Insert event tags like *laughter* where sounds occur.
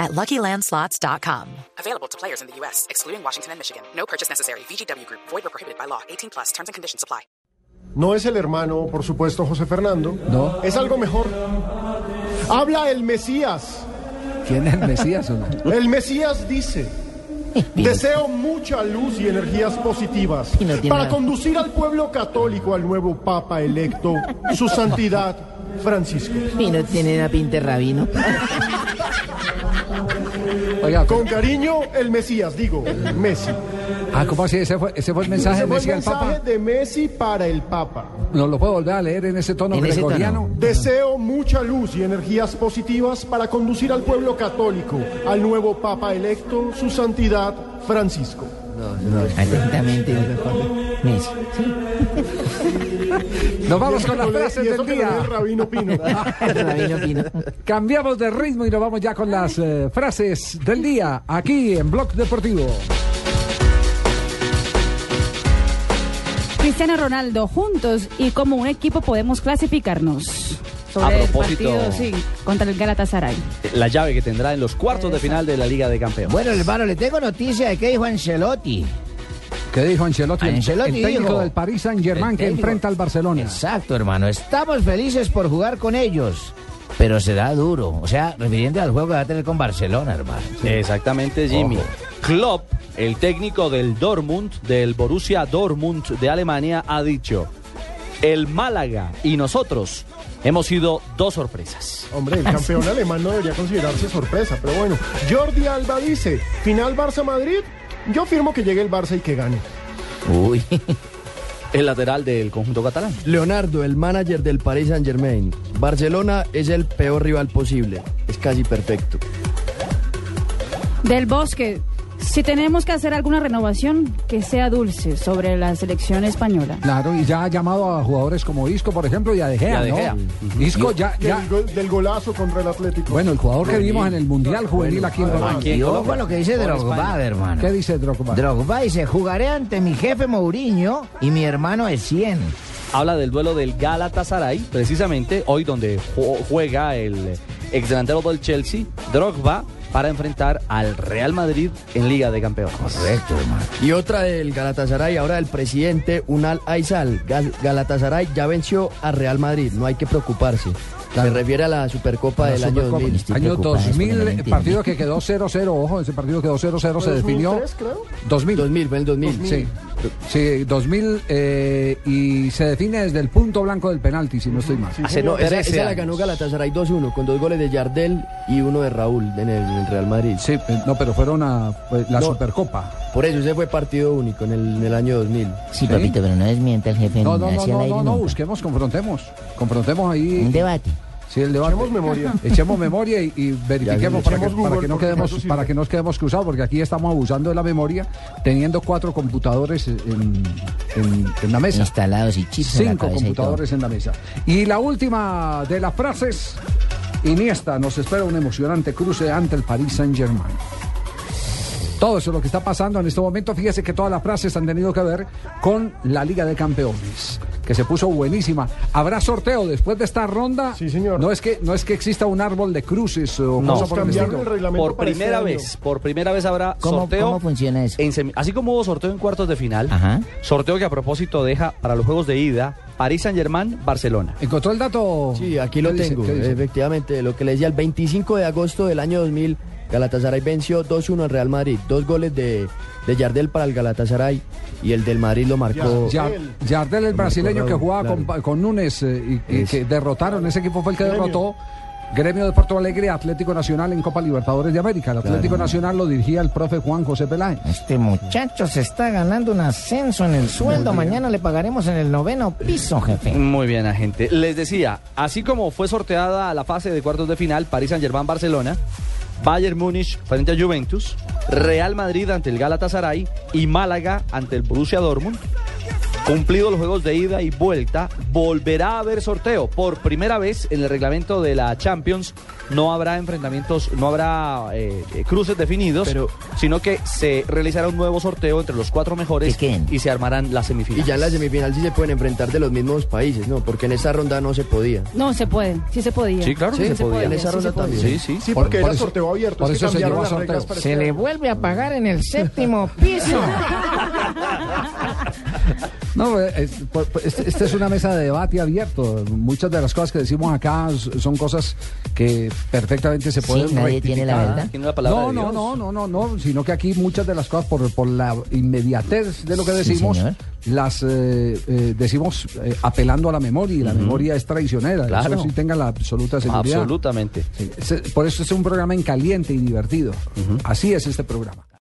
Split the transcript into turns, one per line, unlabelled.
at luckylandslots.com.
Available to players in the U.S., excluding Washington and Michigan. No purchase necessary. VGW Group, void or prohibited by law. 18 plus terms and conditions apply.
No es el hermano, por supuesto, José Fernando.
No.
Es algo mejor. Habla el Mesías.
¿Quién es el Mesías o no?
El Mesías dice. Deseo mucha luz y energías positivas
Y no tiene
para
nada.
conducir al pueblo católico al nuevo Papa electo, su santidad Francisco.
Y no tiene una pinta de rabino.
Oiga,
Con cariño, el Mesías, digo, Messi.
ah, ¿cómo así? ¿Ese fue, ese fue el mensaje
Ese
del
fue el
Mesías al
mensaje
Papa?
de Messi para el Papa.
¿No lo puedo volver a leer en ese tono
En ese
gregoriano?
Deseo mucha luz y energías positivas para conducir al pueblo católico al nuevo Papa electo, su santidad Francisco.
Atentamente, no recuerdo. Messi, sí.
Nos vamos con las
Con la-
frases
y eso
del
que lo lee
día.
el rabino
*laughs*
Pino.
Rabino Pino.
Cambiamos de ritmo y nos vamos ya con las eh, frases del día aquí en Blog Deportivo.
Cristiano Ronaldo, juntos y como un equipo podemos clasificarnos.
A
el
propósito.
partido, sí, contra el Galatasaray.
la llave que tendrá en los cuartos de final de la Liga de Campeones.
Bueno, hermano, le tengo noticia de que dijo Ancelotti.
¿Qué dijo Ancelotti? El-
Ancelotti
el técnico
dijo-
del Paris Saint-Germain
el
que
técnico.
enfrenta al Barcelona.
Exacto, hermano. Estamos felices por jugar con ellos, pero será duro. O sea, refiriendo al juego que va a tener con Barcelona, hermano.
Exactamente, Jimmy.
Ojo.
Klopp, el técnico del Dortmund, del Borussia Dortmund de Alemania, ha dicho: el Málaga y nosotros hemos sido dos sorpresas.
Hombre, el campeón alemán no debería considerarse sorpresa, pero bueno. Jordi Alba dice, final Barça-Madrid, yo firmo que llegue el Barça y que gane.
Uy.
El lateral del conjunto catalán.
Leonardo, el manager del Paris Saint Germain. Barcelona es el peor rival posible. Es casi perfecto.
Del Bosque, si tenemos que hacer alguna renovación, que sea dulce sobre la selección española.
Claro, y ya ha llamado a jugadores como Isco, por ejemplo, y a De Gea,
Y a De
¿no?
Gea.
Isco ya, ya...
Del, go- del golazo contra el Atlético.
Bueno, el jugador que vimos en el Mundial Juvenil aquí en Colombia.
¿Quién
Y ojo
coloca?
con lo que dice
Con España.
Drogba, hermano.
¿Qué dice Drogba?
Drogba dice, jugaré ante mi jefe Mourinho y mi hermano de 100.
Habla del duelo del Galatasaray, precisamente hoy donde ju- juega el ex delantero del Chelsea, Drogba, para enfrentar al Real Madrid en Liga de Campeones.
Correcto, hermano.
Y otra del Galatasaray, ahora del presidente Unal Aizal. Gal- Galatasaray ya venció a Real Madrid, no hay que preocuparse. Se refiere a la Supercopa
La
del año
Supercopa.
2000.
Estoy
Año
preocupada, es porque
2000,
no
eh,
entiendo.
partido que quedó 0-0, ojo, ese partido quedó 0-0, se
2003,
definió...
creo.
2000.
2000, fue el 2000.
Sí, sí, 2000 eh, y se define desde el punto blanco del penalti, si no estoy mal.
Hace no, esa,
13
esa la
años.
ganó Galatasaray 2-1 con dos goles de Yardel y uno de Raúl en el, en el Real Madrid.
Sí, eh, no, pero fueron a pues, la
No.
Supercopa.
Por eso ese fue partido único en el, en el año 2000.
Sí, papito, pero no desmienta el jefe.
No, no, no,
así al
no,
aire
no, no,
nunca.
busquemos, confrontemos. Confrontemos
Un
ahí.
debate.
Sí, el debate.
Echemos memoria.
*laughs* Echemos memoria y, y verifiquemos
Ya,
para, que,
echemos Google,
para que no
porque
quedemos,
eso sirve.
para que nos quedemos cruzados, porque aquí estamos abusando de la memoria, teniendo cuatro computadores en, en- en la mesa.
Instalados y chips en la
Cinco
cabeza y todo.
computadores en la mesa. Y la última de las frases, Iniesta nos espera un emocionante cruce ante el Paris Saint Germain. Todo eso es lo que está pasando en este momento. Fíjese que todas las frases han tenido que ver con la Liga de Campeones, que se puso buenísima. Habrá sorteo después de esta ronda.
Sí, señor.
No es que no es que exista un árbol de cruces o
No.
cosa por el
Cambiaron
estilo.
el reglamento
Por
para este
primera
año.
vez, por primera vez habrá
¿Cómo,
sorteo.
¿Cómo funciona eso?
en semi- así como hubo sorteo en cuartos de final,
Ajá.
sorteo que a propósito deja para los juegos de ida París Saint Germain, Barcelona.
¿Encontró el dato?
Sí, aquí lo
¿Qué dice?
tengo. Eh,
¿Qué dice?
Efectivamente, lo que le decía, el 25 de agosto del año 2000, Galatasaray venció 2-1 al Real Madrid. Dos goles de, de Yardel para el Galatasaray y el del Madrid lo marcó.
Ya,
Ya-
Él.
Yardel, el brasileño que
Raúl,
jugaba con,
claro.
con Nunes eh, y, y que derrotaron, ese equipo fue el que
Gremio.
derrotó. Gremio de Porto Alegre, Atlético Nacional en Copa Libertadores de América. El Atlético Nacional lo dirigía el profe Juan José Peláez.
Este muchacho se está ganando un ascenso en el sueldo. Mañana le pagaremos en el noveno piso, jefe.
Muy bien, agente. Les decía, así como fue sorteada la fase de cuartos de final, París Saint Germain, Barcelona, Bayern Múnich frente a Juventus, Real Madrid ante el Galatasaray y Málaga ante el Borussia Dortmund. Cumplidos los juegos de ida y vuelta, volverá a haber sorteo. Por primera vez en el reglamento de la Champions no habrá enfrentamientos, no habrá eh, eh, cruces definidos,
Pero-
sino que se realizará un nuevo sorteo entre los cuatro mejores
¿De quién?
y se armarán las semifinales.
Y ya en la semifinal sí se pueden enfrentar de los mismos países, ¿no? Porque en esa ronda no se podía.
No, se puede, sí se podía.
Sí, claro que se podía.
En esa
sí
ronda
se podía.
también.
Sí, sí.
Sí,
Por-
porque
por
era
eso-
sorteo abierto,
por
es que
eso se
cambiaron
llevó a
las
sorteo.
reglas para
Se
este
le
año.
vuelve a pagar en el séptimo piso.
No, eh, es- por- por- este- esta es una mesa de debate abierto. Muchas de las cosas que decimos acá s- son cosas que perfectamente se
Sí,
pueden
nadie tiene la
rectificar.
verdad.
Tiene la palabra
no,
de
no,
Dios.
no, no, no, no, sino que aquí muchas de las cosas por, por la inmediatez de lo que
Sí,
decimos
señor.
las eh, eh, decimos eh, apelando a la memoria y la memoria es traicionera.
Claro.
Eso sí tengan la absoluta seguridad.
Absolutamente.
Sí, se- Por eso es un programa en caliente y divertido. Así es este programa.